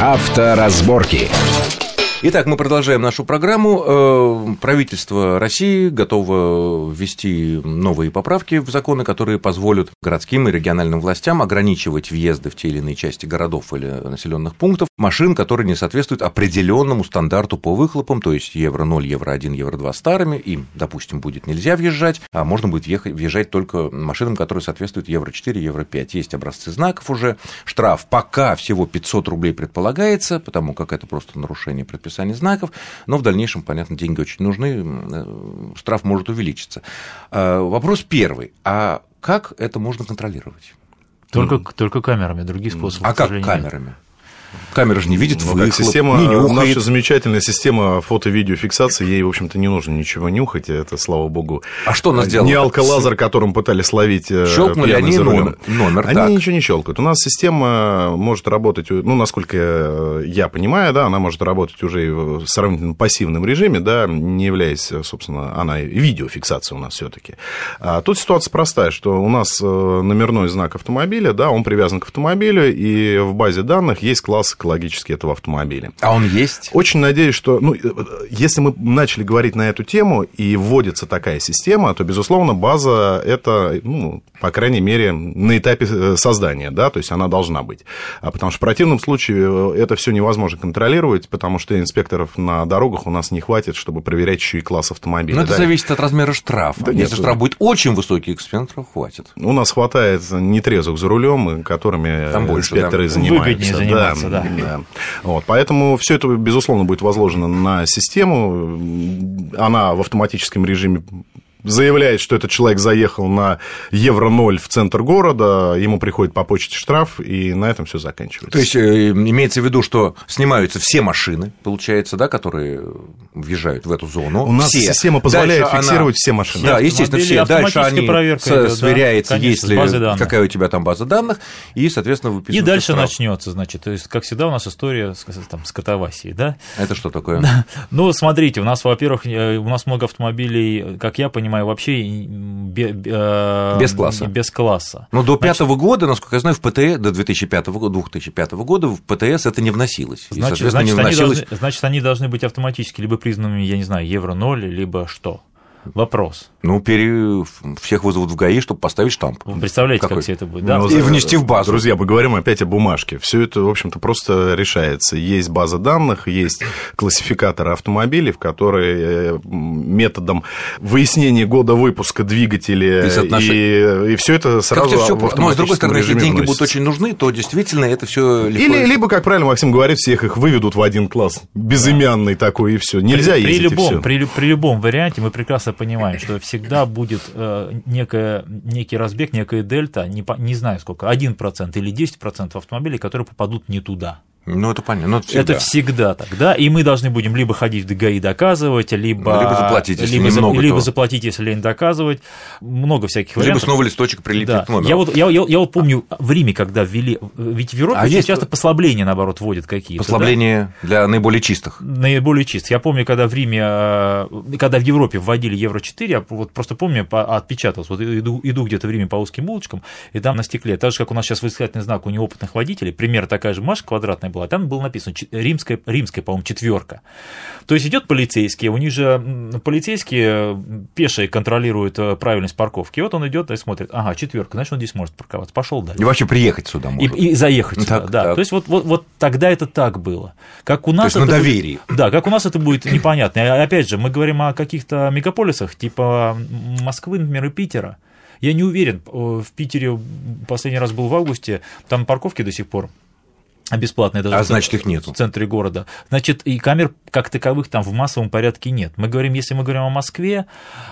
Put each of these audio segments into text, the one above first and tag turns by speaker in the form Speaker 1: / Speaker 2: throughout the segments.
Speaker 1: Авторазборки.
Speaker 2: Итак, мы продолжаем нашу программу. Э, Правительство России готово ввести новые поправки в законы, которые позволят городским и региональным властям ограничивать въезды в те или иные части городов или населенных пунктов машин, которые не соответствуют определенному стандарту по выхлопам, то есть евро 0, евро 1, евро 2 старыми, им, допустим, будет нельзя въезжать, а можно будет въехать- въезжать только машинам, которые соответствуют евро 4, евро 5. Есть образцы знаков уже. Штраф пока всего 500 рублей предполагается, потому как это просто нарушение предписания знаков, но в дальнейшем, понятно, деньги очень нужны, э, штраф может увеличиться. Э, Вопрос первый. А как это можно контролировать?
Speaker 3: Только, только камерами, других способов.
Speaker 2: Ну. А
Speaker 3: к
Speaker 2: как
Speaker 3: сожалению, нет.
Speaker 2: камерами? Камера же не видит
Speaker 4: Ну,
Speaker 2: выхлоп,
Speaker 4: как система,
Speaker 2: не нюхает.
Speaker 4: наша замечательная система фото-видеофиксации, ей, в общем-то, не нужно ничего нюхать, это, слава богу.
Speaker 2: А что она сделала?
Speaker 4: Э, Не алколазер, которым пытались ловить э,
Speaker 2: Щелкнули
Speaker 4: пьяных
Speaker 2: они
Speaker 4: за рулем.
Speaker 2: номер- номер,
Speaker 4: Они
Speaker 2: так.
Speaker 4: ничего не щелкают. У нас система может работать, ну, насколько э, я понимаю, да, она может работать уже и в сравнительно пассивном режиме, да, не являясь, э, собственно, она и видеофиксация у нас все-таки. тут ситуация простая, что у нас э, номерной знак автомобиля, да, он привязан к автомобилю, и в базе данных есть класс экологический этого автомобиля.
Speaker 2: А он есть?
Speaker 4: Очень надеюсь, что ну, э, э, если мы начали говорить на эту тему и вводится такая система, то, безусловно, база это, ну, по крайней мере, на этапе э, создания, да, то есть она должна быть. А потому что в противном случае э, это все невозможно контролировать, потому что инспекторов на дорогах у нас не хватит, чтобы проверять еще и класс автомобиля.
Speaker 2: Но Ну, это
Speaker 4: Да,
Speaker 2: зависит от размера штрафа.
Speaker 4: Да нет,
Speaker 2: Если штраф будет очень высокий, экспериментов хватит.
Speaker 4: У нас хватает нетрезвых за рулем, которыми
Speaker 2: Там больше,
Speaker 4: инспекторы
Speaker 2: да.
Speaker 4: занимаются.
Speaker 3: Выгоднее заниматься, да.
Speaker 4: Вот, поэтому все это, безусловно, будет возложено на систему. Она в автоматическом режиме заявляет, что этот человек заехал на евро ноль в центр города, ему приходит по почте штраф, и на этом все заканчивается.
Speaker 2: То есть э, имеется в виду, что снимаются все машины, получается, да, которые въезжают в эту зону.
Speaker 4: У нас
Speaker 2: Все.
Speaker 4: система позволяет
Speaker 2: Дальше она-
Speaker 4: фиксировать все машины.
Speaker 2: Да, естественно,
Speaker 3: автомобили,
Speaker 2: все. Дальше
Speaker 3: автоматическая
Speaker 2: они
Speaker 3: проверка
Speaker 2: со-
Speaker 3: идет, да,
Speaker 2: сверяется,
Speaker 3: конечно,
Speaker 2: есть
Speaker 3: с
Speaker 2: ли
Speaker 3: базой данных.
Speaker 2: какая у тебя там база данных, и, соответственно,
Speaker 3: И
Speaker 2: выписывается
Speaker 3: дальше
Speaker 2: штраф.
Speaker 3: начнется, значит, то есть, как всегда, у нас история с, там, с катавасией, да?
Speaker 2: Это что такое?
Speaker 3: Ну, смотрите, у нас, во-первых, э, у нас много автомобилей, как я понимаю, вообще м, бе- бе- э,
Speaker 2: Без класса.
Speaker 3: Без класса.
Speaker 2: Но Ну, до пятого года, насколько я знаю, в ПТС, до 2005 года, 2005 года в ПТС это не вносилось. И,
Speaker 3: Значит,
Speaker 2: соответственно,
Speaker 3: значит,
Speaker 2: не
Speaker 3: они
Speaker 2: вносилось.
Speaker 3: должны, значит, они должны быть автоматически либо признанными, я не знаю, евро ноль, либо что? Вопрос.
Speaker 2: Ну, пере... всех вызовут в ГАИ, чтобы поставить штамп.
Speaker 3: Вы представляете,
Speaker 2: Какой?
Speaker 3: как все это будет, да?
Speaker 4: Ну,
Speaker 2: И внести в базу.
Speaker 4: Друзья, поговорим опять о бумажке. Все это, в общем-то, просто решается. Есть база данных, есть классификатор автомобилей, в которые э, м, методом выяснения года выпуска двигателя
Speaker 2: И
Speaker 4: и,
Speaker 2: соотношение.
Speaker 4: и, все это сразу
Speaker 2: Как-то всё
Speaker 4: в
Speaker 2: про- Но, с другой
Speaker 4: автоматическом
Speaker 2: стороны, если
Speaker 4: режиме
Speaker 2: деньги будут
Speaker 4: вносится.
Speaker 2: очень нужны, то действительно это все легко.
Speaker 4: Или, либо, как правильно Максим говорит, всех их выведут в один класс, безымянный такой, и все. Нельзя
Speaker 3: при,
Speaker 4: ездить, и
Speaker 3: любом,
Speaker 4: всё.
Speaker 3: при, лю- при любом варианте мы прекрасно понимаем, что всегда будет э, некая, некий разбег, некая дельта, не, по- не знаю сколько, 1% или 10% автомобилей, которые попадут не туда.
Speaker 2: Ну, это понятно. Ну, это всегда.
Speaker 3: Это всегда так, да, и мы должны будем либо ходить в ГАИ доказывать, либо...
Speaker 2: Ну, Либо заплатить, если
Speaker 3: либо, за-
Speaker 2: немного,
Speaker 3: либо
Speaker 2: то-
Speaker 3: заплатить, если лень доказывать. Много всяких
Speaker 2: Либо
Speaker 3: вариантов.
Speaker 2: снова листочек прилипнет
Speaker 3: Да.
Speaker 2: к номеру.
Speaker 3: Я вот я, я- я вот помню в Риме, когда ввели, ведь в Европе
Speaker 2: А
Speaker 3: очень
Speaker 2: есть-
Speaker 3: часто послабления, наоборот, вводят какие-то. да?
Speaker 2: Послабление для наиболее чистых.
Speaker 3: наиболее чист. Я помню, когда в Риме, э, когда в Европе вводили Евро-4, я вот просто помню, по- отпечатался, вот иду, иду где-то в Риме по узким улочкам, и там на стекле, так же, как у нас сейчас восклицательный знак у неопытных водителей, пример такая же бумажка квадратная была, там было написано чи- римская, римская по-моему, четверка. То есть идет полицейский, у них же м, полицейские м, пешие контролируют э, правильность парковки, и вот он идет и смотрит, ага, четверка, значит, он здесь может парковаться, пошел дальше.
Speaker 2: И вообще приехать сюда
Speaker 3: И,
Speaker 2: может.
Speaker 3: и заехать
Speaker 2: Ну,
Speaker 3: сюда,
Speaker 2: так,
Speaker 3: да.
Speaker 2: так.
Speaker 3: То есть вот, вот, вот тогда это так было. Как у
Speaker 2: То
Speaker 3: нас
Speaker 2: есть на
Speaker 3: это будет-
Speaker 2: доверии.
Speaker 3: да, как у нас это будет непонятно. И опять же, мы говорим о каких-то мегаполисах, типа Москвы, например, и Питера. Я не уверен, э, в Питере последний раз был в августе, там парковки до сих пор бесплатные даже
Speaker 2: А
Speaker 3: в центре-
Speaker 2: значит, их нету.
Speaker 3: в центре города. Значит, и камер как таковых там в массовом порядке нет. Мы говорим, если мы говорим о Москве,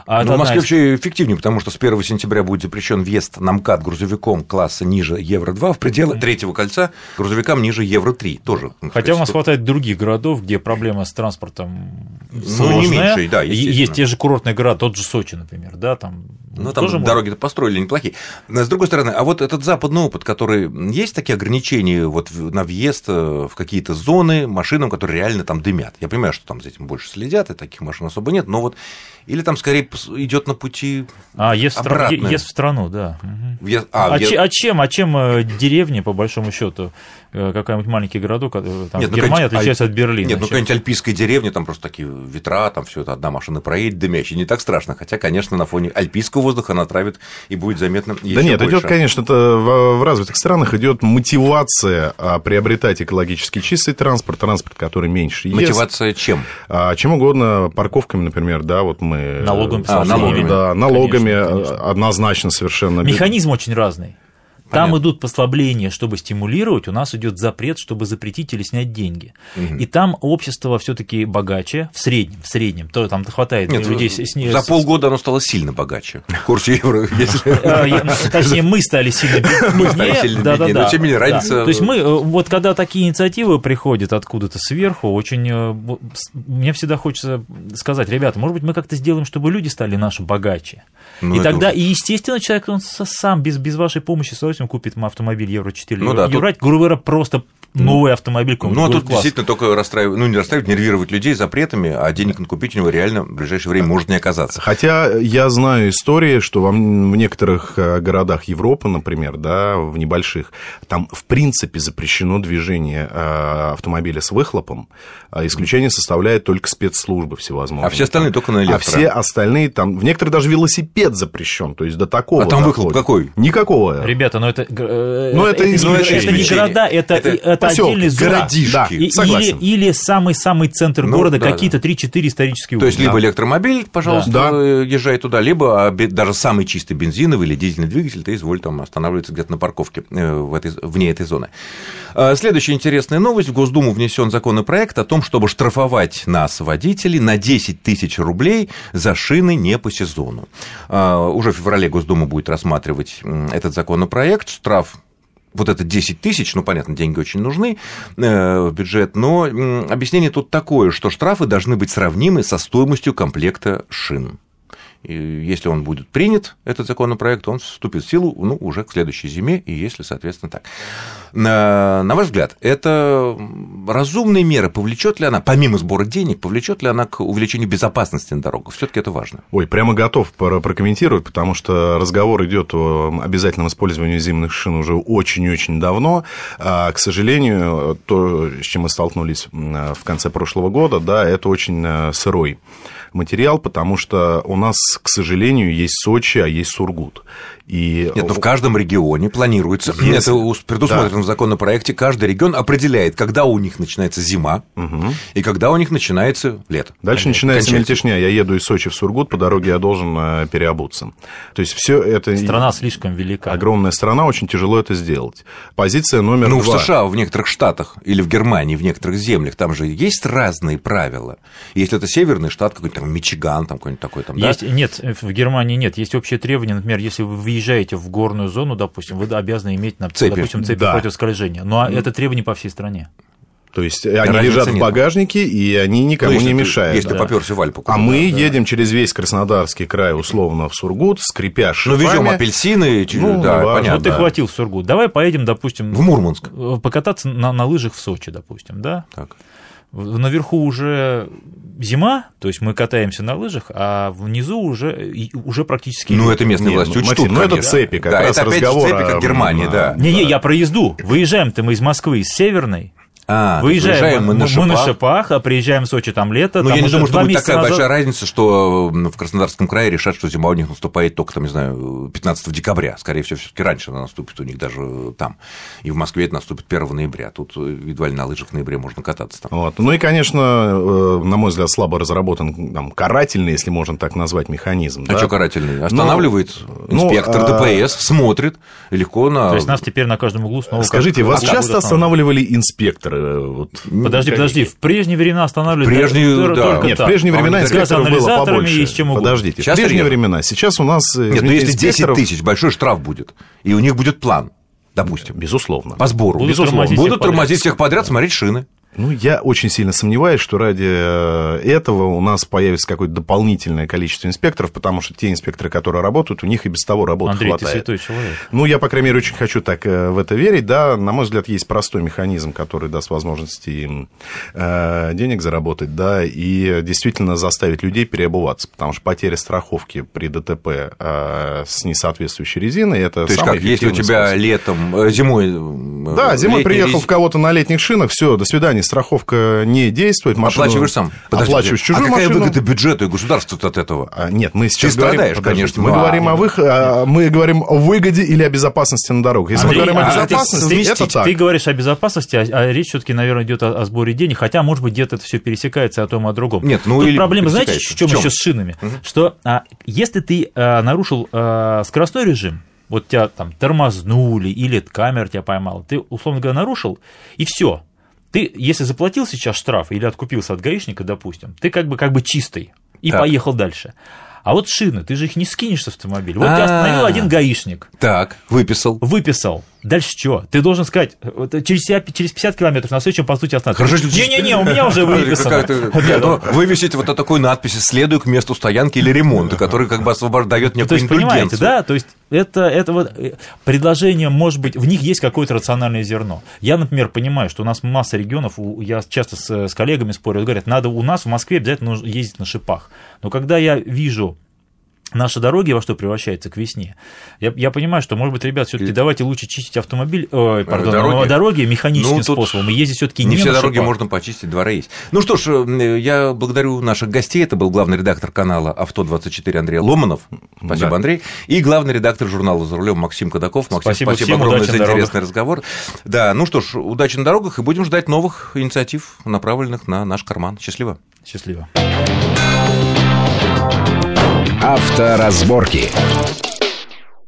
Speaker 3: а
Speaker 2: Но Ну,
Speaker 3: это
Speaker 2: в
Speaker 3: одна
Speaker 2: Москве
Speaker 3: из-
Speaker 2: вообще эффективнее, потому что с 1 сентября будет запрещен въезд на МКАД грузовиком класса ниже Евро-2 в пределы третьего кольца грузовикам ниже Евро-3 тоже. ну,
Speaker 3: Хотя у нас
Speaker 2: сказать,
Speaker 3: хватает других городов, где проблема с транспортом
Speaker 2: Ну, не
Speaker 3: сложная.
Speaker 2: меньше, да,
Speaker 3: И
Speaker 2: естественно.
Speaker 3: Есть те же курортные города, тот же Сочи, например, да, там
Speaker 2: Ну, там
Speaker 3: Тоже можно.
Speaker 2: дороги-то построили неплохие. Но, С другой стороны, а вот этот западный опыт, который... Есть такие ограничения вот в- на въезд э, в какие-то зоны машинам, которые реально там дымят? Я понимаю, что там за этим больше следят, и таких машин особо нет, но вот... Или там скорее идет на пути...
Speaker 3: А, ест в, страну,
Speaker 2: Обратное.
Speaker 3: ест в страну, да. Мгм.
Speaker 2: въезд-
Speaker 3: А,
Speaker 2: въезд-
Speaker 3: че- а чем? А чем э, деревня, по большому счету, э, какой-нибудь маленький городок, э, там,
Speaker 2: Нет, ну,
Speaker 3: Германия
Speaker 2: конечно,
Speaker 3: отличается от Берлина?
Speaker 2: Нет, ну
Speaker 3: чем?
Speaker 2: какая-нибудь альпийская деревня, там просто такие ветра, там все это одна машина проедет, дымящая, не так страшно. Хотя, конечно, на фоне альпийского воздуха она травит и будет заметно
Speaker 4: Да
Speaker 2: ещё
Speaker 4: нет, идет,
Speaker 2: больше.
Speaker 4: конечно, это в, в развитых странах идет мотивация а, приобретать экологически чистый транспорт, транспорт, который меньше ест.
Speaker 2: Мотивация чем?
Speaker 4: А, чем угодно, парковками, например, да, вот мы...
Speaker 3: Налогом,
Speaker 4: а,
Speaker 2: налогами.
Speaker 4: Да, налогами
Speaker 3: Конечно, конечно.
Speaker 4: а, однозначно совершенно.
Speaker 3: Механизм очень разный. Там
Speaker 2: Понятно.
Speaker 3: идут послабления, чтобы стимулировать, у нас идет запрет, чтобы запретить или снять деньги. И там общество все-таки богаче в среднем, в среднем. То там хватает
Speaker 2: Нет, ну,
Speaker 3: людей с, с-
Speaker 2: Э, за
Speaker 3: с-
Speaker 2: полгода оно стало сильно богаче. Курс евро,
Speaker 3: Э,
Speaker 2: если...
Speaker 3: я- Точнее, мы стали сильно бед- беднее.
Speaker 2: стали сильно
Speaker 3: Да-да-да.
Speaker 2: беднее, но тем не менее
Speaker 3: Да.
Speaker 2: разница-
Speaker 3: То есть мы, э, вот когда такие инициативы приходят откуда-то сверху, очень... э, бо- с- Мне всегда хочется сказать, ребята, может быть, мы как-то сделаем, чтобы люди стали наши богаче.
Speaker 2: Ну,
Speaker 3: И
Speaker 2: это
Speaker 3: тогда,
Speaker 2: уже-
Speaker 3: и естественно, человек, он со- сам без, без вашей помощи с удовольствием купит ему автомобиль Евро 4.
Speaker 2: Ну да, тут-
Speaker 3: Евро, грубо говоря, просто новый автомобиль
Speaker 2: Ну, а
Speaker 3: какого-нибудь
Speaker 2: тут
Speaker 3: класса.
Speaker 2: действительно только расстраивать, ну, не расстраивать, нервировать людей запретами, а денег накупить у него реально в ближайшее
Speaker 3: А-
Speaker 2: время может не оказаться.
Speaker 4: Хотя я знаю истории, что во м- в некоторых э, городах Европы, например, да, в небольших, там в принципе запрещено движение э, автомобиля с выхлопом, а исключение составляет только спецслужбы всевозможные.
Speaker 2: А все остальные только на
Speaker 4: А
Speaker 2: электро.
Speaker 4: все остальные там, в некоторых даже велосипед запрещен, то есть до такого.
Speaker 2: А там выхлоп
Speaker 4: доходит.
Speaker 2: какой?
Speaker 4: Никакого.
Speaker 3: Ребята, но это... э,
Speaker 4: Ну, это
Speaker 3: не-
Speaker 4: исключение.
Speaker 3: это не города, это,
Speaker 2: Это
Speaker 3: и- это
Speaker 4: посёлки,
Speaker 3: отдельные зоны.
Speaker 4: городишки.
Speaker 3: Да. И-
Speaker 4: Согласен.
Speaker 3: Или, или самый-самый центр
Speaker 2: Ну,
Speaker 3: города,
Speaker 2: да,
Speaker 3: какие-то 3-4 исторические
Speaker 2: То есть,
Speaker 3: улицы.
Speaker 2: либо электромобиль, пожалуйста,
Speaker 4: Да.
Speaker 2: э, езжай туда, либо а, бе- даже самый чистый бензиновый или дизельный двигатель, ты изволь там останавливаться где-то на парковке э, в этой, з- вне этой зоны. Э, Следующая интересная новость. В Госдуму внесен законопроект о том, чтобы штрафовать нас, водителей, на 10 тысяч рублей за шины не по сезону. Э, Уже в феврале Госдума будет рассматривать м, этот законопроект. Штраф вот это 10 тысяч, ну, понятно, деньги очень нужны э, в бюджет, но м, объяснение тут такое, что штрафы должны быть сравнимы со стоимостью комплекта шин. И если он будет принят, этот законопроект, он вступит в силу ну, уже к следующей зиме, и если, соответственно, так. На, на ваш взгляд, это разумная мера, повлечет ли она, помимо сбора денег, повлечет ли она к увеличению безопасности на дорогах? Все-таки это важно.
Speaker 4: Ой, прямо готов пора прокомментировать, потому что разговор идет о обязательном использовании зимних шин уже очень-очень давно. А, к сожалению, то, с чем мы столкнулись м, э, в конце прошлого года, да, это очень э, сырой материал, потому что у нас, к сожалению, есть Сочи, а есть Сургут. И
Speaker 2: Нет, но в каждом регионе планируется,
Speaker 4: Есть.
Speaker 2: это ус- предусмотрено в законопроекте, каждый регион определяет, когда у них начинается зима и когда у них начинается лето.
Speaker 4: Дальше начинается
Speaker 2: Кончается.
Speaker 4: мельтешня. Я еду из Сочи в Сургут, по дороге я должен э, переобуться. То есть все это...
Speaker 3: Страна слишком велика.
Speaker 4: Огромная страна, очень тяжело это сделать. Позиция номер
Speaker 2: Ну, в
Speaker 4: два.
Speaker 2: США, в некоторых штатах или в Германии, в некоторых землях, там же есть разные правила. Если это северный штат, какой-нибудь там Мичиган, там какой-нибудь такой там, да? Ну,
Speaker 3: Есть, нет, э, в Германии нет. Есть общие требования. Например, если вы въезжаете в горную зону, допустим, вы обязаны иметь, нап-
Speaker 2: Цепи.
Speaker 3: допустим, цепи
Speaker 4: Да.
Speaker 3: против скольжения. Но это требование по всей стране.
Speaker 4: То есть э, они
Speaker 2: Разницы
Speaker 4: лежат в
Speaker 2: нет.
Speaker 4: багажнике, и они никому
Speaker 2: Ну, если
Speaker 4: не
Speaker 2: ты-
Speaker 4: мешают.
Speaker 2: Если
Speaker 4: Да.
Speaker 2: ты попёрся в Альпу.
Speaker 4: А
Speaker 2: куда-то.
Speaker 4: мы едем через весь Краснодарский край, условно, в Сургут, скрипя
Speaker 2: Ну,
Speaker 4: шипами.
Speaker 2: везем апельсины, ч-
Speaker 4: Ну,
Speaker 2: да,
Speaker 4: неважно.
Speaker 2: понятно.
Speaker 3: Вот ты
Speaker 4: да.
Speaker 3: хватил в Сургут. Давай поедем, допустим,
Speaker 2: В Мурманск.
Speaker 3: э, покататься на, на лыжах в Сочи, допустим, да?
Speaker 2: Так.
Speaker 3: В- Наверху уже зима, то есть мы катаемся на лыжах, а внизу уже, и- уже практически...
Speaker 2: Ну,
Speaker 3: лето.
Speaker 2: это местные
Speaker 4: Нет,
Speaker 2: власти
Speaker 4: ну,
Speaker 2: учтут,
Speaker 4: Максим, ну, это
Speaker 2: конечно.
Speaker 4: цепи, как
Speaker 2: да,
Speaker 4: раз
Speaker 2: это опять же
Speaker 4: разговор
Speaker 2: цепи,
Speaker 4: о-
Speaker 2: как Германия, да.
Speaker 3: Не-не, я про езду. Выезжаем-то мы из Москвы, из Северной.
Speaker 2: А,
Speaker 3: Выезжаем,
Speaker 2: мы на
Speaker 3: мы на
Speaker 2: шипах.
Speaker 3: шипах, а приезжаем в Сочи, там лето.
Speaker 2: Ну,
Speaker 3: там
Speaker 2: я не
Speaker 3: уже
Speaker 2: думаю, что
Speaker 3: два
Speaker 2: будет
Speaker 3: месяца
Speaker 2: такая
Speaker 3: назад-
Speaker 2: большая разница, что э, в Краснодарском крае решат, что зима у них наступает только, там, не знаю, 15 декабря. Скорее всего, все-таки раньше она наступит у них даже э, там. И в Москве это наступит 1 ноября. Тут э, едва ли на лыжах в ноябре можно кататься там.
Speaker 4: Вот. Ну и, конечно, э, на мой взгляд, слабо разработан там, карательный, если можно так назвать, механизм.
Speaker 2: А
Speaker 4: да.
Speaker 2: что карательный? Останавливает
Speaker 4: ну,
Speaker 2: инспектор
Speaker 4: а-
Speaker 2: ДПС, смотрит легко на...
Speaker 3: То есть нас теперь на каждом углу
Speaker 2: А
Speaker 3: снова...
Speaker 4: Ну, Скажите, вас
Speaker 3: как-то
Speaker 4: часто
Speaker 3: будут останавливать.
Speaker 4: останавливали инспекторы? э, Вот?
Speaker 2: Ну,
Speaker 3: Подожди, подожди, в прежние времена останавливали...
Speaker 2: В прежние,
Speaker 3: только-
Speaker 2: да.
Speaker 3: только
Speaker 4: Нет, в
Speaker 3: так. ну,
Speaker 4: прежние
Speaker 2: А он
Speaker 4: времена
Speaker 2: говорит,
Speaker 4: инспекторов
Speaker 3: с
Speaker 4: было
Speaker 3: анализаторами
Speaker 4: побольше.
Speaker 3: и с чем угодно.
Speaker 4: Подождите,
Speaker 2: Сейчас
Speaker 4: в прежние
Speaker 2: нет.
Speaker 4: времена. Сейчас у нас... э,
Speaker 2: Нет, ну
Speaker 4: извините,
Speaker 2: если 10
Speaker 4: инспекторов-
Speaker 2: тысяч, большой штраф будет. И у них будет план, допустим,
Speaker 4: Безусловно.
Speaker 2: по сбору.
Speaker 3: Будут
Speaker 2: Безусловно.
Speaker 3: тормозить всех
Speaker 2: Будут
Speaker 3: подряд.
Speaker 2: тормозить всех подряд, смотреть шины.
Speaker 4: Ну, я очень сильно сомневаюсь, что ради э, этого у нас появится какое-то дополнительное количество инспекторов, потому что те инспекторы, которые работают, у них и без того работы
Speaker 3: Андрей, ты
Speaker 4: хватает.
Speaker 3: святой человек.
Speaker 4: Ну, я, по крайней мере, очень хочу так э, в это верить. Да, на мой взгляд, есть простой механизм, который даст возможность им э, денег заработать, да, и действительно заставить людей переобуваться, потому что потеря страховки при ДТП э, с несоответствующей резиной это
Speaker 2: То есть,
Speaker 4: самый
Speaker 2: как, если у
Speaker 4: эффективный
Speaker 2: тебя
Speaker 4: способ.
Speaker 2: летом, э, зимой... э,
Speaker 4: Да, зимой
Speaker 2: летний
Speaker 4: приехал
Speaker 2: лизинг,
Speaker 4: в кого-то на летних шинах, все, до свидания, страховка не действует. машину-
Speaker 2: Оплачиваешь сам. Подожди,
Speaker 4: оплачиваешь
Speaker 2: подожди.
Speaker 4: чужую
Speaker 2: а какая
Speaker 4: машину.
Speaker 2: выгода бюджету и государству от этого?
Speaker 4: А, Нет, мы сейчас
Speaker 2: Ты
Speaker 4: говорим,
Speaker 2: страдаешь,
Speaker 4: подождите,
Speaker 2: конечно,
Speaker 4: Мы
Speaker 2: ну, а-
Speaker 4: говорим о вых- а, мы говорим о выгоде или о безопасности на дорогах. Если
Speaker 3: Андрей,
Speaker 4: мы говорим
Speaker 3: а
Speaker 4: о
Speaker 3: ты
Speaker 4: безопасности,
Speaker 3: совместить?
Speaker 4: это так.
Speaker 3: Ты говоришь о безопасности, а, а речь все-таки, наверное, идет о, о сборе денег, хотя, может быть, где-то это все пересекается о том и о другом.
Speaker 2: Нет, ну
Speaker 3: Тут
Speaker 2: или
Speaker 3: проблема, знаете, в
Speaker 2: пересекается.
Speaker 3: чем,
Speaker 2: В чём?
Speaker 3: еще с шинами? Что а, если ты а, нарушил а, скоростной режим, вот тебя там тормознули или камера тебя поймала, ты, условно говоря, нарушил, и все. Ты, если заплатил сейчас штраф или откупился от гаишника, допустим, ты как бы, как бы чистый и
Speaker 2: Так.
Speaker 3: поехал дальше. А вот шины, ты же их не скинешь с автомобиля. Вот тебя остановил
Speaker 2: А.
Speaker 3: один гаишник
Speaker 2: Так, выписал.
Speaker 3: выписал. Дальше что? Ты должен сказать, э, вот через, себя- через 50 километров на следующем посту тебя
Speaker 2: Хорошо, что
Speaker 3: остановят.
Speaker 2: ты-
Speaker 3: Не-не-не, у меня уже выписано.
Speaker 2: Как-то- Нет, ну, Вывесить вот о такой надписи «Следуй к месту стоянки или ремонта», который как бы освобождает
Speaker 3: Ну, То
Speaker 2: некую
Speaker 3: есть, понимаете,
Speaker 2: индульгенцию.
Speaker 3: да? То есть, это, это вот э, предложение, может быть, в них есть какое-то рациональное зерно. Я, например, понимаю, что у нас масса регионов, у- я часто с, с коллегами спорю, говорят, надо у нас в Москве обязательно нужно ездить на шипах. Но когда я вижу наши дороги во что превращаются к весне. Я, я понимаю, что, может быть, ребят, все-таки
Speaker 2: И- Э,
Speaker 3: давайте лучше чистить автомобиль, ой, пардон,
Speaker 2: дороги?
Speaker 3: дороги, механическим
Speaker 2: Ну, тут
Speaker 3: способом и ездить все-таки не,
Speaker 2: Не все
Speaker 3: на
Speaker 2: дороги
Speaker 3: шипах.
Speaker 2: можно почистить, двора есть. Ну что ж, э, я благодарю наших гостей. Это был главный редактор канала «Авто-24» Андрей Ломанов. Спасибо,
Speaker 4: Да.
Speaker 2: Андрей. И главный редактор журнала «За рулем» Максим Кадаков. Максим,
Speaker 3: Спасибо всем,
Speaker 2: огромное
Speaker 3: удачи
Speaker 2: за
Speaker 3: на
Speaker 2: интересный разговор. Да, ну что ж, удачи на дорогах и будем ждать новых инициатив, направленных на наш карман. Счастливо.
Speaker 3: Счастливо.
Speaker 1: Авторазборки.